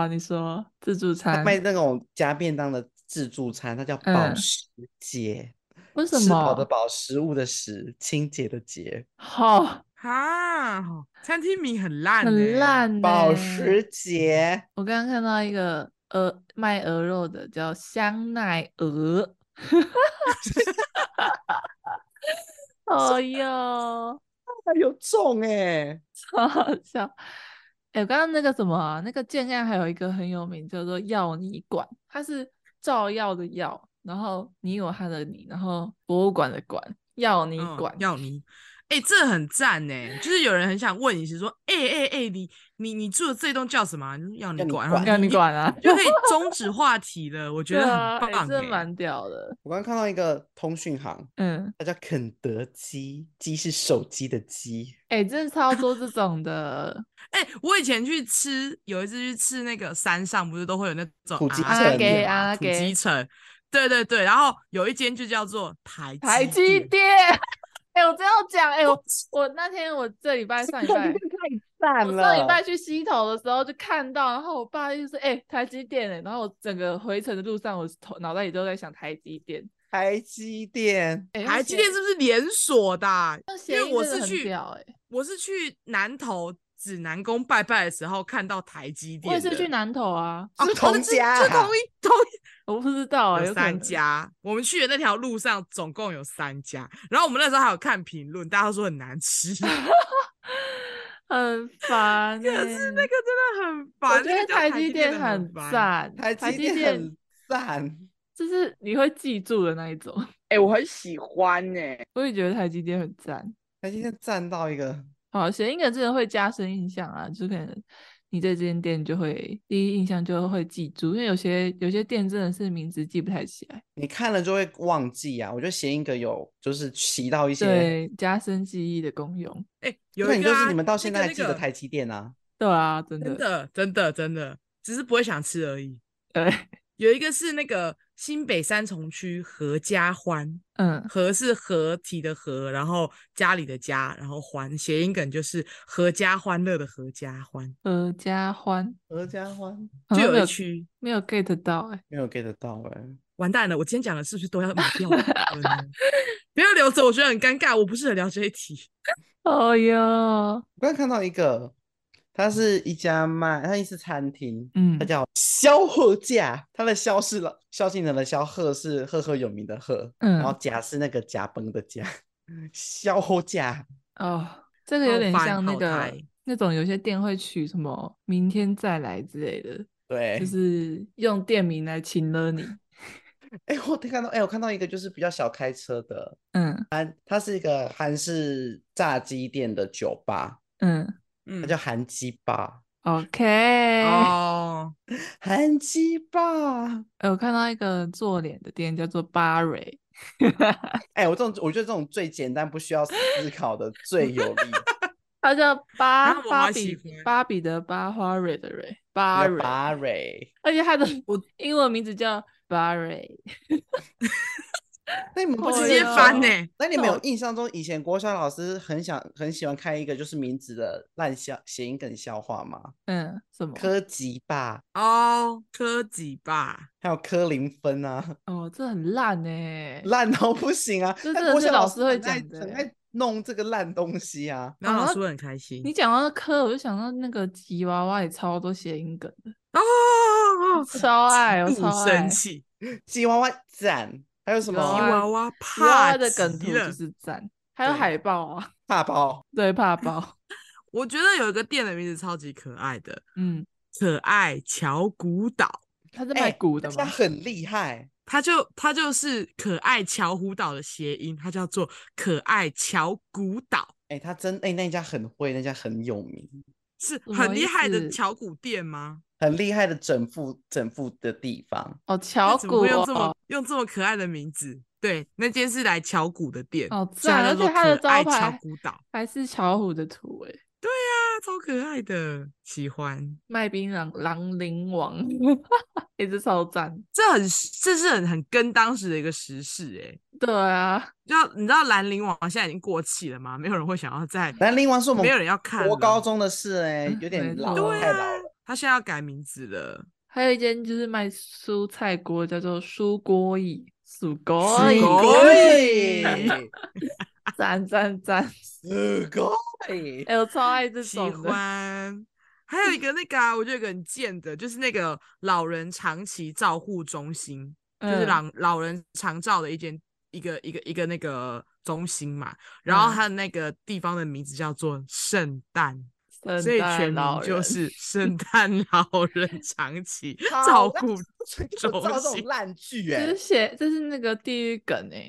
[SPEAKER 1] 自助
[SPEAKER 2] 他
[SPEAKER 1] 餐
[SPEAKER 2] 卖那种夹便当的自助餐，它叫保
[SPEAKER 1] 嗯
[SPEAKER 2] 时捷，
[SPEAKER 1] 为什
[SPEAKER 2] 吃饱的
[SPEAKER 1] 么？
[SPEAKER 2] 饱，食物的食，清洁的洁，
[SPEAKER 1] 好、
[SPEAKER 3] 啊，餐厅名很烂、欸，
[SPEAKER 1] 很烂、欸，
[SPEAKER 2] 保时捷。
[SPEAKER 1] 我刚刚看到一个鹅卖鹅肉的叫香奈 鹅。哦 哟，
[SPEAKER 2] 哎呦中哎、
[SPEAKER 1] 超好笑！哎、我刚刚那个什么啊、那个建案还有一个很有名，叫做“药你馆”，它是照耀的耀，然后你有它的你，然后博物馆的馆，药你
[SPEAKER 3] 嗯
[SPEAKER 1] 馆。
[SPEAKER 3] 要你。哎、这很赞呢、就是有人很想问你是说，哎哎哎，你你你住的这栋叫什么啊？你说要你
[SPEAKER 2] 要你
[SPEAKER 3] 管，
[SPEAKER 2] 管
[SPEAKER 1] 要
[SPEAKER 3] 然后
[SPEAKER 1] 你管啊！
[SPEAKER 3] 就 可以终止话题 了，我觉
[SPEAKER 1] 对
[SPEAKER 3] 得
[SPEAKER 1] 啊，
[SPEAKER 3] 很
[SPEAKER 1] 哎、
[SPEAKER 3] 棒、
[SPEAKER 1] 真的
[SPEAKER 3] 欸。
[SPEAKER 1] 蛮屌的。
[SPEAKER 2] 我刚刚看到一个通讯行，
[SPEAKER 1] 嗯，
[SPEAKER 2] 它叫肯德基，鸡是手机的鸡。
[SPEAKER 1] 哎、真的超多这种 的
[SPEAKER 3] 哎、我以前去吃，有一次去吃那个山上，不是都会有那种
[SPEAKER 2] 土鸡
[SPEAKER 3] 阿
[SPEAKER 2] 城
[SPEAKER 3] 给
[SPEAKER 1] 阿
[SPEAKER 3] 啊，
[SPEAKER 1] 拉
[SPEAKER 3] 土
[SPEAKER 1] 给
[SPEAKER 3] 鸡城，对对对，然后有一间就叫做台
[SPEAKER 1] 台积
[SPEAKER 3] 积
[SPEAKER 1] 电。哎、我真要讲，哎、我我那天我这礼拜 上礼拜。
[SPEAKER 2] 太
[SPEAKER 1] 我
[SPEAKER 2] 赞
[SPEAKER 1] 上礼拜去溪头的时候就看到，然后我爸就说：“哎、台积电哎、然后我整个回程的路上，我头脑袋里都在想台积电。
[SPEAKER 2] 台积电，
[SPEAKER 1] 哎，
[SPEAKER 3] 台积电是不是连锁的啊、
[SPEAKER 1] 因
[SPEAKER 3] 因为我是去
[SPEAKER 1] 屌哎、
[SPEAKER 3] 我是去南投指南宫拜拜的时候看到台积电
[SPEAKER 1] 我
[SPEAKER 3] 的，
[SPEAKER 1] 也是去南投啊，
[SPEAKER 3] 哦
[SPEAKER 2] 是
[SPEAKER 3] 哦
[SPEAKER 2] 同
[SPEAKER 3] 这
[SPEAKER 2] 家
[SPEAKER 3] 这
[SPEAKER 2] 啊
[SPEAKER 3] 同一 同
[SPEAKER 1] 我不知道哎、
[SPEAKER 3] 一
[SPEAKER 1] 有可
[SPEAKER 3] 有三
[SPEAKER 1] 能。
[SPEAKER 3] 家，我们去的那条路上总共有三家，然后我们那时候还有看评论，大家都说很难 吃，可
[SPEAKER 1] 很 烦、欸。
[SPEAKER 3] 是那个真的很烦，
[SPEAKER 1] 我觉
[SPEAKER 3] 那个
[SPEAKER 1] 得
[SPEAKER 3] 叫
[SPEAKER 1] 台积
[SPEAKER 3] 积
[SPEAKER 1] 电
[SPEAKER 3] 真的
[SPEAKER 1] 很
[SPEAKER 3] 很烦。
[SPEAKER 1] 赞，
[SPEAKER 2] 台
[SPEAKER 1] 台积
[SPEAKER 2] 积电
[SPEAKER 1] 电
[SPEAKER 2] 很赞。
[SPEAKER 1] 就是你会记住的那一种。
[SPEAKER 4] 哎、我很喜欢哎、
[SPEAKER 1] 我也觉得台积电很赞。
[SPEAKER 2] 台积电赞到一个，
[SPEAKER 1] 好，谐音梗真的会加深印象啊，就可能你在这间店就会第一印象就会记住，因为有些有些店真的是名字记不太起来。
[SPEAKER 2] 你看了就会忘记啊。我觉得谐音梗有就是起到一些，
[SPEAKER 1] 对，加深记忆的功用。
[SPEAKER 3] 哎、有
[SPEAKER 2] 那
[SPEAKER 3] 一
[SPEAKER 2] 你
[SPEAKER 3] 个、
[SPEAKER 2] 就
[SPEAKER 3] 啊、
[SPEAKER 2] 是你们到
[SPEAKER 3] 那
[SPEAKER 2] 现
[SPEAKER 3] 个
[SPEAKER 2] 在还
[SPEAKER 3] 那
[SPEAKER 2] 记得
[SPEAKER 3] 个
[SPEAKER 2] 台积电啊？
[SPEAKER 1] 对啊，真的
[SPEAKER 3] 真，的真的真的，只是不会想吃而已。
[SPEAKER 1] 对，
[SPEAKER 3] 有一个是那个新北三重区合家欢，
[SPEAKER 1] 嗯，
[SPEAKER 3] 合是合体的合，然后家里的家，然后欢谐音梗就是合家欢乐的合家欢，
[SPEAKER 1] 合家欢
[SPEAKER 2] 合家欢
[SPEAKER 1] 好像没
[SPEAKER 3] 就有
[SPEAKER 1] 有
[SPEAKER 3] 一区
[SPEAKER 1] 没有 get 到哎、
[SPEAKER 2] 没有 get 到哎、
[SPEAKER 3] 完蛋了，我今天讲的是不是都要买掉了呢？不要留着，我觉得很尴尬，我不是很聊这一题。
[SPEAKER 1] 哦哟，
[SPEAKER 2] 我刚刚看到一个，它是一家卖，它是餐厅，
[SPEAKER 1] 嗯
[SPEAKER 2] 它，叫萧贺架，它的萧是老萧敬腾的萧，贺是赫赫有名的赫，然后
[SPEAKER 1] 嗯
[SPEAKER 2] 夹是那个夹崩的夹，萧贺架。
[SPEAKER 1] 哦，这个有
[SPEAKER 3] 好
[SPEAKER 1] 点
[SPEAKER 3] 烦
[SPEAKER 1] 像那
[SPEAKER 3] 好
[SPEAKER 1] 个
[SPEAKER 3] 台
[SPEAKER 1] 那种有些店会取什么“明天再来”之类的，
[SPEAKER 2] 对，
[SPEAKER 1] 就是用店名来请了你。
[SPEAKER 2] 哎、我看到，哎、我看到一个就是比较小开车的，
[SPEAKER 1] 嗯
[SPEAKER 2] 它是一个韩式炸鸡店的酒吧，
[SPEAKER 1] 嗯
[SPEAKER 3] 嗯
[SPEAKER 2] 它叫韩鸡吧，
[SPEAKER 1] ，OK。哎
[SPEAKER 3] 哦，
[SPEAKER 2] 韩鸡吧。
[SPEAKER 1] 哎，我看到一个做脸的店叫做巴蕊，
[SPEAKER 2] 哎、我这种我觉得这种最简单，不需要思考的最有力，
[SPEAKER 1] 它叫巴
[SPEAKER 3] 啊我
[SPEAKER 1] 巴
[SPEAKER 3] 好喜
[SPEAKER 1] 比
[SPEAKER 3] 欢
[SPEAKER 1] 巴比的巴花蕊的蕊 巴
[SPEAKER 2] 叫
[SPEAKER 1] 蕊，
[SPEAKER 2] 巴蕊。
[SPEAKER 1] 而且它的
[SPEAKER 3] 我
[SPEAKER 1] 英文名字叫巴蕊。
[SPEAKER 2] 那你们不
[SPEAKER 1] 我
[SPEAKER 2] 觉
[SPEAKER 3] 直
[SPEAKER 2] 得
[SPEAKER 3] 接
[SPEAKER 2] 有
[SPEAKER 3] 翻
[SPEAKER 1] 哟
[SPEAKER 3] 呢、
[SPEAKER 2] 那你们
[SPEAKER 1] 那
[SPEAKER 2] 有
[SPEAKER 1] 我
[SPEAKER 2] 印象中以前国小老师很想很喜欢开一个就是名字的烂笑谐音梗笑话吗？
[SPEAKER 1] 嗯，什么？
[SPEAKER 2] 柯吉吧，
[SPEAKER 3] 哦，科技吧，
[SPEAKER 2] 还有柯林芬啊，
[SPEAKER 1] 哦，这很烂哎。
[SPEAKER 2] 烂到不行啊！
[SPEAKER 1] 这
[SPEAKER 2] 但
[SPEAKER 1] 真的
[SPEAKER 2] 国
[SPEAKER 1] 是
[SPEAKER 2] 小
[SPEAKER 1] 老
[SPEAKER 2] 师
[SPEAKER 1] 师会
[SPEAKER 2] 很爱
[SPEAKER 1] 讲的
[SPEAKER 2] 很
[SPEAKER 1] 欸
[SPEAKER 2] 爱弄这个烂东西啊。
[SPEAKER 3] 然后
[SPEAKER 1] 啊
[SPEAKER 3] 老师会很开心。
[SPEAKER 1] 你讲到科，我就想到那个吉娃娃也超多谐音梗的，
[SPEAKER 3] 哦，
[SPEAKER 1] 超爱，我
[SPEAKER 3] 极度
[SPEAKER 1] 超爱。
[SPEAKER 3] 啊生
[SPEAKER 1] 吉
[SPEAKER 3] 气，
[SPEAKER 2] 吉娃娃赞，还有什
[SPEAKER 1] 有
[SPEAKER 3] 吉
[SPEAKER 1] 啊
[SPEAKER 2] 么
[SPEAKER 3] 娃娃
[SPEAKER 1] 娃
[SPEAKER 3] 怕
[SPEAKER 1] 娃的梗
[SPEAKER 3] 极
[SPEAKER 1] 图
[SPEAKER 3] 了
[SPEAKER 1] 就是赞，还有
[SPEAKER 2] 对
[SPEAKER 1] 海报啊，
[SPEAKER 2] 大包？
[SPEAKER 1] 对，怕包。
[SPEAKER 3] 我觉得有一个店的名字超级可爱的，
[SPEAKER 1] 嗯，
[SPEAKER 3] 可爱桥谷岛，
[SPEAKER 1] 他是卖
[SPEAKER 2] 哎
[SPEAKER 1] 鼓的
[SPEAKER 2] 人家
[SPEAKER 1] 吗？
[SPEAKER 2] 很厉害，
[SPEAKER 3] 它就它就是可爱桥湖岛的谐音，它叫做可爱桥谷岛，
[SPEAKER 2] 哎，他真哎那一家很会，那家很有名，
[SPEAKER 3] 是
[SPEAKER 1] 么
[SPEAKER 3] 很
[SPEAKER 1] 意
[SPEAKER 3] 厉害的
[SPEAKER 1] 思
[SPEAKER 3] 桥谷店吗？
[SPEAKER 2] 很厉害的整副整副的地方。
[SPEAKER 1] 哦，
[SPEAKER 3] 那
[SPEAKER 1] 巧
[SPEAKER 3] 怎
[SPEAKER 1] 鼓
[SPEAKER 3] 么会用这么
[SPEAKER 1] 哦，
[SPEAKER 3] 用这么可爱的名字？对，那间是来桥谷的店，
[SPEAKER 1] 好
[SPEAKER 3] 所以
[SPEAKER 1] 哦赞
[SPEAKER 3] 它
[SPEAKER 1] 啊而
[SPEAKER 3] 叫做
[SPEAKER 1] 且它的
[SPEAKER 3] 可爱
[SPEAKER 1] 招
[SPEAKER 3] 桥
[SPEAKER 1] 牌
[SPEAKER 3] 谷岛，
[SPEAKER 1] 还是巧虎的图欸诶，
[SPEAKER 3] 啊，超可爱的，喜欢。
[SPEAKER 1] 卖槟榔狼灵王， 也是超赞。
[SPEAKER 3] 这很这是很很跟当时的一个时事哎、
[SPEAKER 1] 对啊，
[SPEAKER 3] 就你知道兰陵王现在已经过气了吗？没有人会想要再，
[SPEAKER 2] 兰陵王是我们
[SPEAKER 3] 没有人要看
[SPEAKER 2] 国高
[SPEAKER 3] 了
[SPEAKER 2] 中的事哎、
[SPEAKER 1] 嗯
[SPEAKER 2] 有
[SPEAKER 1] 没
[SPEAKER 2] 点老
[SPEAKER 1] 错
[SPEAKER 2] 了，
[SPEAKER 3] 对
[SPEAKER 2] 太
[SPEAKER 3] 啊
[SPEAKER 2] 老了。，
[SPEAKER 3] 他现在要改名字了。
[SPEAKER 1] 还有一间就是卖蔬菜锅，叫做蔬锅椅，蔬
[SPEAKER 2] 哦
[SPEAKER 1] 锅
[SPEAKER 3] 蔬
[SPEAKER 1] 椅，
[SPEAKER 3] 锅
[SPEAKER 2] 对，
[SPEAKER 1] 赞赞赞！
[SPEAKER 2] すごい。
[SPEAKER 1] 哎、我超爱这
[SPEAKER 3] 喜
[SPEAKER 1] 种的。
[SPEAKER 3] 欢。 还有一个那个啊，我觉得有个很贱的，就是那个老人长期照护中心，就是
[SPEAKER 1] 嗯
[SPEAKER 3] 老老人长照的一间一个一个一个那个中心嘛。然后
[SPEAKER 1] 嗯
[SPEAKER 3] 它的那个地方的名字叫做圣诞，
[SPEAKER 1] 圣
[SPEAKER 3] 所以
[SPEAKER 1] 诞
[SPEAKER 3] 全
[SPEAKER 1] 老
[SPEAKER 3] 名就
[SPEAKER 1] 人
[SPEAKER 3] 是圣诞老人长期
[SPEAKER 2] 好
[SPEAKER 3] 照
[SPEAKER 2] 烂
[SPEAKER 3] 顾
[SPEAKER 2] 就照这
[SPEAKER 3] 中
[SPEAKER 2] 种
[SPEAKER 3] 心，
[SPEAKER 2] 烂剧
[SPEAKER 1] 这
[SPEAKER 2] 哎
[SPEAKER 1] 是，写这是那个地狱梗哎、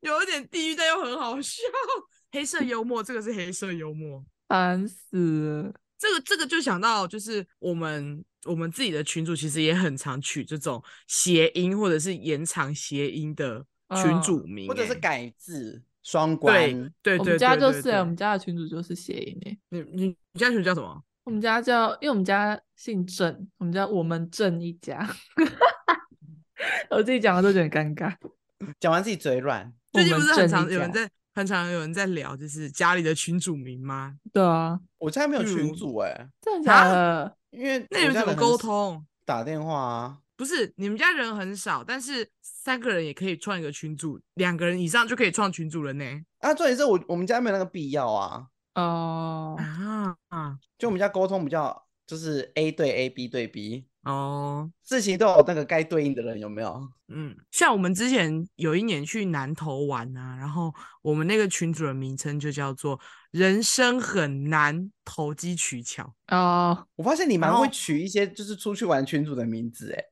[SPEAKER 3] 有一点地狱但又很好笑， 黑色幽默，这个是黑色幽默。
[SPEAKER 1] 烦死了！
[SPEAKER 3] 这个这个就想到，就是我们我们自己的群主其实也很常取这种谐音或者是延长谐音的群
[SPEAKER 1] 嗯
[SPEAKER 3] 主名欸、
[SPEAKER 2] 或者是改字双
[SPEAKER 3] 对
[SPEAKER 2] 关，
[SPEAKER 3] 对对，
[SPEAKER 1] 我们家
[SPEAKER 3] 对
[SPEAKER 1] 就是欸、
[SPEAKER 3] 对
[SPEAKER 1] 我们家的群主就是谐音哎、
[SPEAKER 3] 你你你家群主叫什么？
[SPEAKER 1] 我们家叫，因为我们家姓郑，我们家我们郑一家。 我自己讲的都觉得很尴尬。
[SPEAKER 2] 讲完自己嘴软，
[SPEAKER 3] 最近
[SPEAKER 1] 我
[SPEAKER 3] 不
[SPEAKER 1] 们
[SPEAKER 3] 是很
[SPEAKER 1] 正
[SPEAKER 3] 常
[SPEAKER 1] 一
[SPEAKER 3] 有人
[SPEAKER 1] 家
[SPEAKER 3] 在很常有人在聊，就是家里的群主名吗？
[SPEAKER 1] 对啊，
[SPEAKER 2] 我家没有
[SPEAKER 3] 例如
[SPEAKER 2] 群主哎，
[SPEAKER 1] 真的假
[SPEAKER 3] 啊
[SPEAKER 1] 的？
[SPEAKER 2] 因为
[SPEAKER 3] 嗯那
[SPEAKER 2] 我
[SPEAKER 3] 你们
[SPEAKER 2] 家
[SPEAKER 3] 怎么
[SPEAKER 2] 人
[SPEAKER 3] 沟
[SPEAKER 2] 很
[SPEAKER 3] 通？
[SPEAKER 2] 打电话啊，
[SPEAKER 3] 不是你们家人很少，但是三个人也可以创一个群组，两个人以上就可以创群组了 呢。
[SPEAKER 2] 啊，重点是我我们家没有那个必要啊，
[SPEAKER 1] 哦、
[SPEAKER 3] 啊啊
[SPEAKER 2] 就我们家沟通比较就是 A 对 A，B 对 B，
[SPEAKER 3] 哦，
[SPEAKER 2] 事情都有那个该对应的人有没有？
[SPEAKER 3] 嗯，像我们之前有一年去南投玩啊，然后我们那个群组的名称就叫做“人生很难，投机取巧
[SPEAKER 1] 哦，
[SPEAKER 2] 我发现你蛮
[SPEAKER 3] 然后
[SPEAKER 2] 会取一些就是出去玩群主的名字哎，”。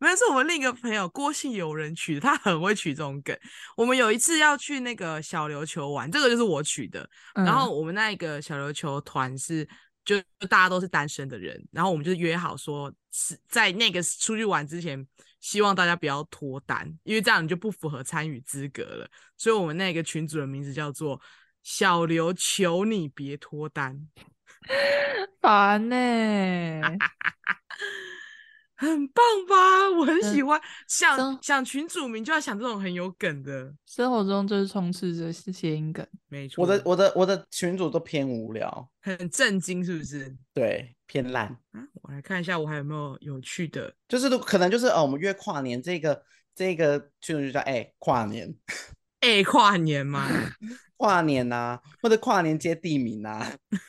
[SPEAKER 3] 没有，是我们另一个朋友郭姓友人取的，他很会取这种梗。我们有一次要去那个小琉球玩，这个就是我取的。然
[SPEAKER 1] 嗯
[SPEAKER 3] 后我们那一个小琉球团是就就大家都是单身的人，然后我们就约好说是在那个出去玩之前，希望大家不要脱单，因为这样你就不符合参与资格了。所以我们那个群组的名字叫做“小琉求你别脱单
[SPEAKER 1] 嗯烦呢、”，
[SPEAKER 3] 很棒吧？我很喜
[SPEAKER 1] 真
[SPEAKER 3] 欢，想
[SPEAKER 1] 真
[SPEAKER 3] 想群主名就要想这种很有梗的，
[SPEAKER 1] 生活中就是充斥着是谐音梗。
[SPEAKER 3] 没错，
[SPEAKER 2] 我的我的我的群主都偏无聊，
[SPEAKER 3] 很震惊，是不是？
[SPEAKER 2] 对，偏烂。
[SPEAKER 3] 啊，我来看一下我还有没有有趣的。
[SPEAKER 2] 就是都可能就是呃，我们约跨年这个这个群主就叫哎、跨年
[SPEAKER 3] 哎、跨年吗？
[SPEAKER 2] 跨年呐、或者跨年接地名啊呐、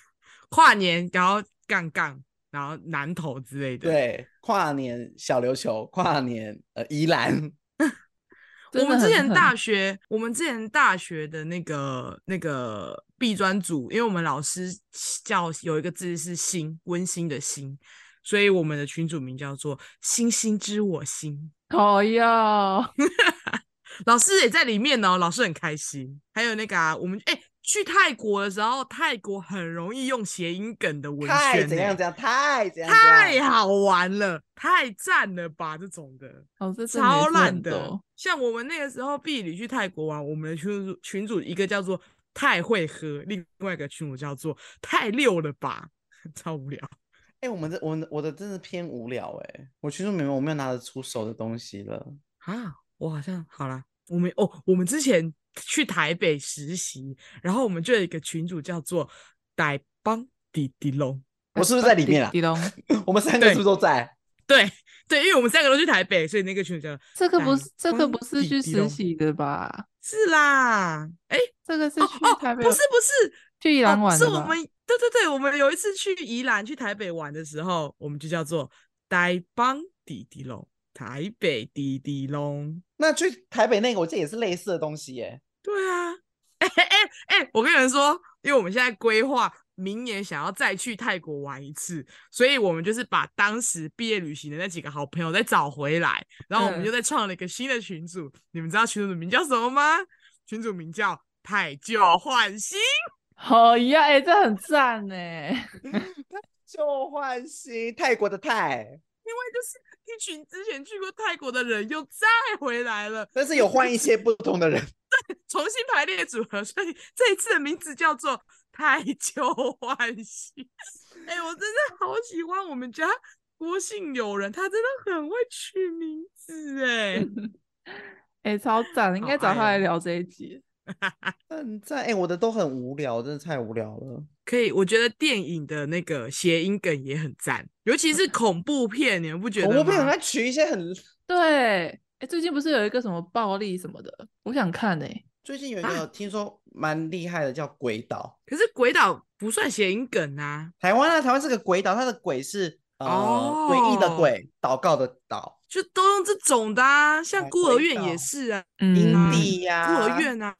[SPEAKER 3] 跨年，然后杠杠，然后南投之类的。，
[SPEAKER 2] 对，跨年小琉球，跨年呃宜兰，
[SPEAKER 1] 真
[SPEAKER 3] 我们
[SPEAKER 1] 的很
[SPEAKER 3] 之前
[SPEAKER 1] 狠
[SPEAKER 3] 大学，我们之前大学的那个那个毕专组，因为我们老师叫有一个字是“心”，温馨的“馨”，所以我们的群组名叫做“星星知我心
[SPEAKER 1] 讨厌，”。哦
[SPEAKER 3] 老师也在里面哦，老师很开心。还有那个啊，我们哎、去泰国的时候，泰国很容易用谐音梗的文
[SPEAKER 2] 太
[SPEAKER 3] 宣、
[SPEAKER 2] 怎样怎
[SPEAKER 3] 样，
[SPEAKER 2] 样，太怎样怎
[SPEAKER 3] 太
[SPEAKER 2] 样，
[SPEAKER 3] 好玩了，太赞了吧，这种的。
[SPEAKER 1] 哦，这真的也
[SPEAKER 3] 超
[SPEAKER 1] 是
[SPEAKER 3] 烂
[SPEAKER 1] 很
[SPEAKER 3] 的
[SPEAKER 1] 多。
[SPEAKER 3] 像我们那个时候毕旅去泰国玩，我们的群主群主一个叫做“太会喝”，另外一个群主叫做“太溜了吧”， 超无聊。
[SPEAKER 2] 哎、我们的我们的我的真的偏无聊哎、我群主明明我没有拿得出手的东西了，
[SPEAKER 3] 啊，我好像好啦，我们哦，我们之前去台北实习，然后我们就有一个群主叫做“呆帮迪迪龙
[SPEAKER 2] 我是不是在里
[SPEAKER 1] 迪
[SPEAKER 2] 面啊
[SPEAKER 1] 哎迪龙，
[SPEAKER 2] 我们三个
[SPEAKER 3] 对
[SPEAKER 2] 是不是都在？”。
[SPEAKER 3] 对对，因为我们三个都去台北，所以那个群主叫
[SPEAKER 1] 这个
[SPEAKER 3] 呆
[SPEAKER 1] 不是这个
[SPEAKER 3] 帮
[SPEAKER 1] 不是
[SPEAKER 3] 迪
[SPEAKER 1] 去
[SPEAKER 3] 迪
[SPEAKER 1] 实
[SPEAKER 3] 龙
[SPEAKER 1] 习的吧？
[SPEAKER 3] 是啦，哎、
[SPEAKER 1] 这个是
[SPEAKER 3] 哦
[SPEAKER 1] 去
[SPEAKER 3] 哦，
[SPEAKER 1] 台北，
[SPEAKER 3] 不是不是，
[SPEAKER 1] 去宜兰
[SPEAKER 3] 哦
[SPEAKER 1] 玩
[SPEAKER 3] 是
[SPEAKER 1] 的
[SPEAKER 3] 我
[SPEAKER 1] 吧？
[SPEAKER 3] 们对对对，我们有一次去宜兰、去台北玩的时候，我们就叫做呆帮迪迪龙，台北迪迪龙。
[SPEAKER 2] 那去台北那个，我这也是类似的东西耶、
[SPEAKER 3] 对啊，哎哎哎，我跟你们说，因为我们现在规划明年想要再去泰国玩一次，所以我们就是把当时毕业旅行的那几个好朋友再找回来，然后我们
[SPEAKER 1] 嗯
[SPEAKER 3] 就再创了一个新的群组。你们知道群组的名叫什么吗？群组名叫太旧换新。
[SPEAKER 1] 好呀，哎、这很赞呢。
[SPEAKER 2] 旧换新，泰国的泰，
[SPEAKER 3] 因为就是一群之前去过泰国的人又再回来了，
[SPEAKER 2] 但是有换一些不同的人。
[SPEAKER 3] 重新排列组合，所以这一次的名字叫做“太旧换新”。哎、我真的好喜欢我们家郭姓友人，他真的很会取名字哎、
[SPEAKER 2] 嗯
[SPEAKER 1] 哎、超赞的，应
[SPEAKER 3] 好
[SPEAKER 1] 该找他
[SPEAKER 3] 爱
[SPEAKER 1] 来
[SPEAKER 3] 哦
[SPEAKER 1] 聊这一集。
[SPEAKER 2] 很赞哎、欸我的都很无聊，真的太无聊了。
[SPEAKER 3] 可以，我觉得电影的那个谐音梗也很赞，尤 其是恐怖片，你们不觉得
[SPEAKER 2] 恐
[SPEAKER 3] 吗？
[SPEAKER 2] 怖片很爱取一些很……
[SPEAKER 1] 对，哎、最近不是有一个什么暴力什么的，我想看呢、
[SPEAKER 2] 最近有一
[SPEAKER 3] 啊
[SPEAKER 2] 个听说蛮厉害的，叫鬼岛。
[SPEAKER 3] 可是鬼岛不算谐音梗啊，
[SPEAKER 2] 台湾啊，台湾是个鬼岛，它的鬼是呃、诡异的
[SPEAKER 3] 哦
[SPEAKER 2] 鬼，祷告的祷，
[SPEAKER 3] 就都用这种的啊，像
[SPEAKER 2] 哎
[SPEAKER 3] 孤
[SPEAKER 2] 鬼
[SPEAKER 3] 儿院
[SPEAKER 2] 岛
[SPEAKER 3] 也是啊，
[SPEAKER 2] 阴
[SPEAKER 1] 嗯
[SPEAKER 2] 地呀、
[SPEAKER 3] 孤儿院啊，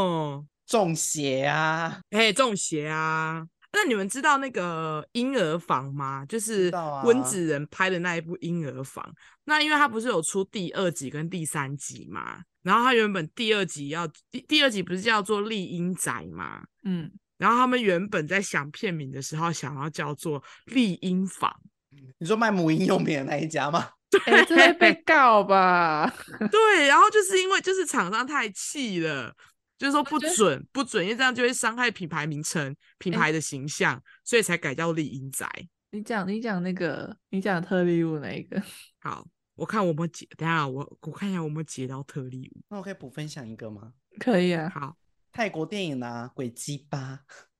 [SPEAKER 3] 嗯，
[SPEAKER 2] 中邪啊，
[SPEAKER 3] 哎，中邪啊。那你们知道那个婴儿房吗？就是
[SPEAKER 2] 道
[SPEAKER 3] 温
[SPEAKER 2] 啊
[SPEAKER 3] 子仁拍的那一部《婴儿房》。那因为他不是有出第二集跟第三集嘛，然后他原本第二集要第第二集不是叫做《丽婴宅》嘛，
[SPEAKER 1] 嗯，
[SPEAKER 3] 然后他们原本在想片名的时候，想要叫做丽婴房，
[SPEAKER 2] 你说卖母婴用品的那一家吗？
[SPEAKER 1] 哎、这会 被告吧？
[SPEAKER 3] 对，然后就是因为就是厂商太气了，就是说不
[SPEAKER 1] 觉得
[SPEAKER 3] 准不准，因为这样就会伤害品牌名称、品
[SPEAKER 1] 哎
[SPEAKER 3] 牌的形象，所以才改叫丽婴宅。
[SPEAKER 1] 你讲你讲那个，你讲特例物那一个，
[SPEAKER 3] 好，我看我们解，等一下我我看一下我们解到特例五。
[SPEAKER 2] 那我可以补分享一个吗？
[SPEAKER 1] 可以啊？
[SPEAKER 3] 好，
[SPEAKER 2] 泰国电影啊，《鬼鸡巴》，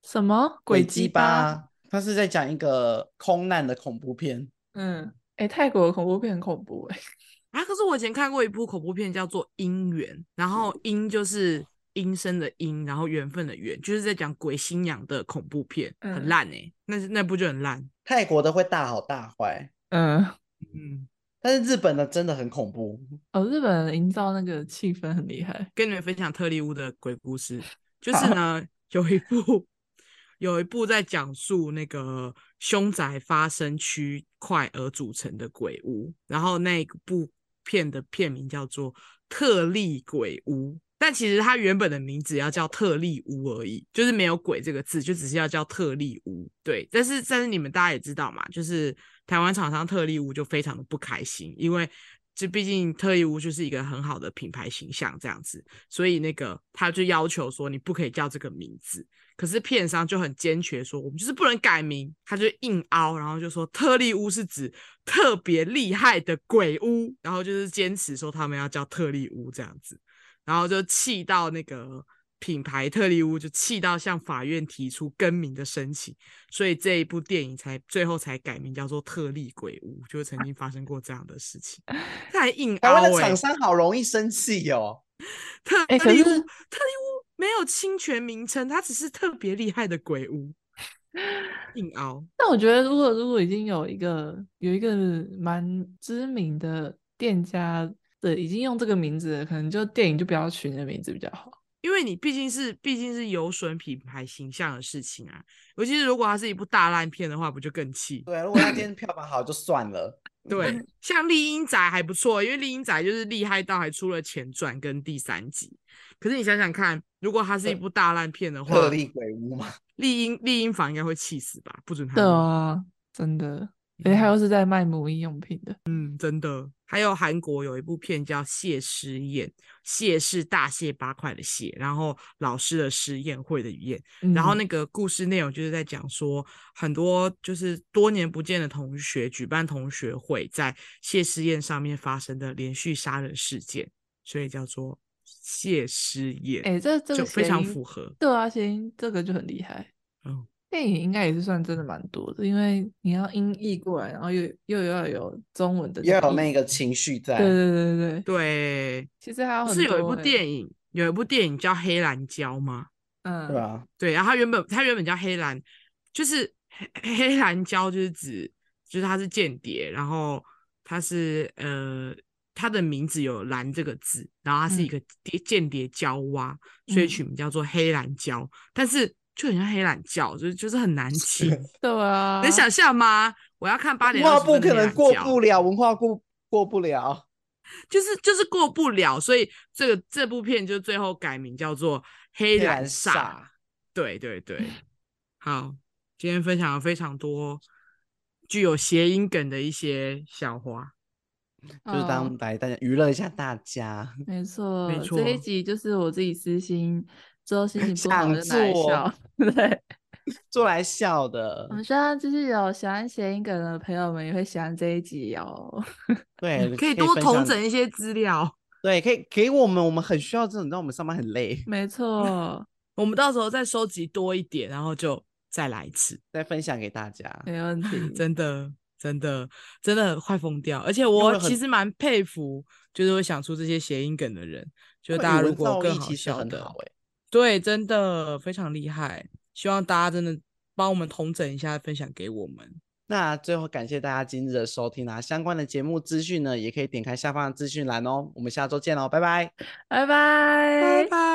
[SPEAKER 1] 什么鬼
[SPEAKER 2] 鸡
[SPEAKER 1] 鸡
[SPEAKER 2] 巴？，它是在讲一个空难的恐怖片，
[SPEAKER 1] 嗯，哎、泰国的恐怖片很恐怖哎、
[SPEAKER 3] 啊，可是我以前看过一部恐怖片叫做《姻缘》，然后姻就是阴生的阴，然后缘分的缘，就是在讲鬼新娘的恐怖片，很
[SPEAKER 1] 嗯
[SPEAKER 3] 烂哎、那是那部就很烂。
[SPEAKER 2] 泰国的会大好大坏，
[SPEAKER 1] 嗯，
[SPEAKER 3] 嗯，
[SPEAKER 2] 但是日本的真的很恐怖。
[SPEAKER 1] 哦，日本人营造那个气氛很厉害。
[SPEAKER 3] 跟你们分享特利屋的鬼故事，就是
[SPEAKER 1] 好
[SPEAKER 3] 呢，有一部有一部在讲述那个凶宅发生区块而组成的鬼屋，然后那一部片的片名叫做《特利鬼屋》。但其实它原本的名字要叫特利屋而已，就是没有“鬼”这个字，就只是要叫特利屋。对，但是但是你们大家也知道嘛，就是台湾厂商特利屋就非常的不开心，因为这毕竟特利屋就是一个很好的品牌形象这样子，所以那个他就要求说你不可以叫这个名字。可是片商就很坚决说，我们就是不能改名，他就硬凹，然后就说特利屋是指特别厉害的鬼屋，然后就是坚持说他们要叫特利屋这样子，然后就气到那个品牌特利屋就气到向法院提出更名的申请，所以这一部电影才最后才改名叫做特利鬼屋，就曾经发生过这样的 事情，他还硬
[SPEAKER 2] 台
[SPEAKER 3] 凹、
[SPEAKER 2] 湾
[SPEAKER 3] 欸，
[SPEAKER 2] 的厂商好容易生气哦，
[SPEAKER 3] 特
[SPEAKER 1] 欸可
[SPEAKER 3] 利屋，特利
[SPEAKER 1] 是
[SPEAKER 3] 屋没有侵权名称，它只是特别厉害的鬼屋，硬凹。
[SPEAKER 1] 但我觉得，如果如果已经有一个有一个蛮知名的店家的已经用这个名字了，可能就电影就不要取那个名字比较好。
[SPEAKER 3] 因为你毕竟是毕竟是有损品牌形象的事情啊，尤其是如果它是一部大烂片的话，不就更气？
[SPEAKER 2] 对，如果他今天票房好就算 了，
[SPEAKER 3] 对，
[SPEAKER 1] 嗯
[SPEAKER 3] 像丽英仔还不错，因为丽英仔就是厉害到还出了前传跟第三集。可是你想想看，如果它是一
[SPEAKER 2] 特
[SPEAKER 3] 部大烂片的话
[SPEAKER 2] 特，立鬼屋 嘛，
[SPEAKER 3] 丽英丽英房应该会气死吧？不准他
[SPEAKER 1] 对
[SPEAKER 3] 用
[SPEAKER 1] 啊，真的，而且他又是在卖母婴用品的。
[SPEAKER 3] 嗯，真的。还有韩国有一部片叫《谢师宴》，谢是大卸八块的谢，然后老师的师宴会的宴。然后
[SPEAKER 1] 嗯
[SPEAKER 3] 那个故事内容就是在讲说，很多就是多年不见的同学举办同学会，在谢师宴上面发生的连续杀人事件，所以叫做谢师宴，
[SPEAKER 1] 哎、这这个
[SPEAKER 3] 就非
[SPEAKER 1] 谐
[SPEAKER 3] 常
[SPEAKER 1] 音
[SPEAKER 3] 符合。
[SPEAKER 1] 对啊，谐音这个就很厉害。
[SPEAKER 3] 嗯，
[SPEAKER 1] 电影应该也是算真的蛮多的，因为你要音译过来，然后又又要有中文的
[SPEAKER 2] 要有
[SPEAKER 1] 译
[SPEAKER 2] 那个情绪在。
[SPEAKER 1] 对对对对对，
[SPEAKER 3] 对，
[SPEAKER 1] 其实还有
[SPEAKER 3] 不
[SPEAKER 1] 很
[SPEAKER 3] 是有一部
[SPEAKER 1] 多欸
[SPEAKER 3] 电影，有一部电影叫《黑兰椒》吗？
[SPEAKER 1] 嗯，
[SPEAKER 2] 对啊，
[SPEAKER 3] 对，然后它原本它原本叫黑兰，就是黑黑 兰椒，就是指就是他是间谍，然后他是呃他的名字有兰这个字，然后他是一
[SPEAKER 1] 嗯
[SPEAKER 3] 个谍间谍娇蛙，所以
[SPEAKER 1] 嗯
[SPEAKER 3] 取名叫做黑兰椒，但是就很像黑兰教，就是就是很难记，
[SPEAKER 1] 对啊，
[SPEAKER 3] 能想象吗？我要看八
[SPEAKER 2] 文
[SPEAKER 3] 点
[SPEAKER 2] 化
[SPEAKER 3] 二十
[SPEAKER 2] 部
[SPEAKER 3] 分的
[SPEAKER 2] 可
[SPEAKER 3] 黑
[SPEAKER 2] 能
[SPEAKER 3] 兰
[SPEAKER 2] 过
[SPEAKER 3] 椒
[SPEAKER 2] 不了，文化部过不了。
[SPEAKER 3] 就是就是过不了，所以这个这部片就最后改名叫做《黑
[SPEAKER 2] 黑
[SPEAKER 3] 兰
[SPEAKER 2] 兰
[SPEAKER 3] 煞》
[SPEAKER 2] 煞
[SPEAKER 3] 对对 对，好，今天分享了非常多具有谐音梗的一些笑话。
[SPEAKER 2] 就是
[SPEAKER 1] 嗯
[SPEAKER 2] 当来大家娱乐一下大家，
[SPEAKER 1] 没错，这
[SPEAKER 3] 错
[SPEAKER 1] 一集就是我自己私心，之后心情不好
[SPEAKER 2] 想
[SPEAKER 1] 就拿来
[SPEAKER 2] 做
[SPEAKER 1] 笑。对，
[SPEAKER 2] 做来笑的
[SPEAKER 1] 我。
[SPEAKER 3] 嗯
[SPEAKER 1] 们希望就是有喜欢谐音梗的朋友们也会喜欢这一集哦。
[SPEAKER 2] 对，
[SPEAKER 3] 嗯可以多
[SPEAKER 2] 哎分
[SPEAKER 3] 同
[SPEAKER 2] 享
[SPEAKER 3] 整一些资料，
[SPEAKER 2] 对，可以给我们，我们很需要这种，你知道我们上班很累，
[SPEAKER 1] 没错，
[SPEAKER 3] 我们到时候再收集多一点，然后就再来一次。
[SPEAKER 2] 再分享给大家。
[SPEAKER 1] 没问 题。
[SPEAKER 3] 真的，真的，真的快疯掉！而且
[SPEAKER 2] 为
[SPEAKER 3] 我
[SPEAKER 2] 很
[SPEAKER 3] 其实蛮佩服，就是会想出这些谐音梗的人。就
[SPEAKER 2] 会
[SPEAKER 3] 大家
[SPEAKER 2] 语
[SPEAKER 3] 如
[SPEAKER 2] 文
[SPEAKER 3] 果
[SPEAKER 2] 造
[SPEAKER 3] 更
[SPEAKER 2] 诣
[SPEAKER 3] 好
[SPEAKER 2] 其实
[SPEAKER 3] 笑
[SPEAKER 2] 很
[SPEAKER 3] 的
[SPEAKER 2] 好，欸
[SPEAKER 3] 对，真的非常厉害。希望大家真的帮我们统整一下，分享给我们。
[SPEAKER 2] 那最后感谢大家今日的收听啦、相关的节目资讯呢，也可以点开下方的资讯栏哦。我们下周见喽，拜拜。
[SPEAKER 1] 拜拜
[SPEAKER 3] 拜。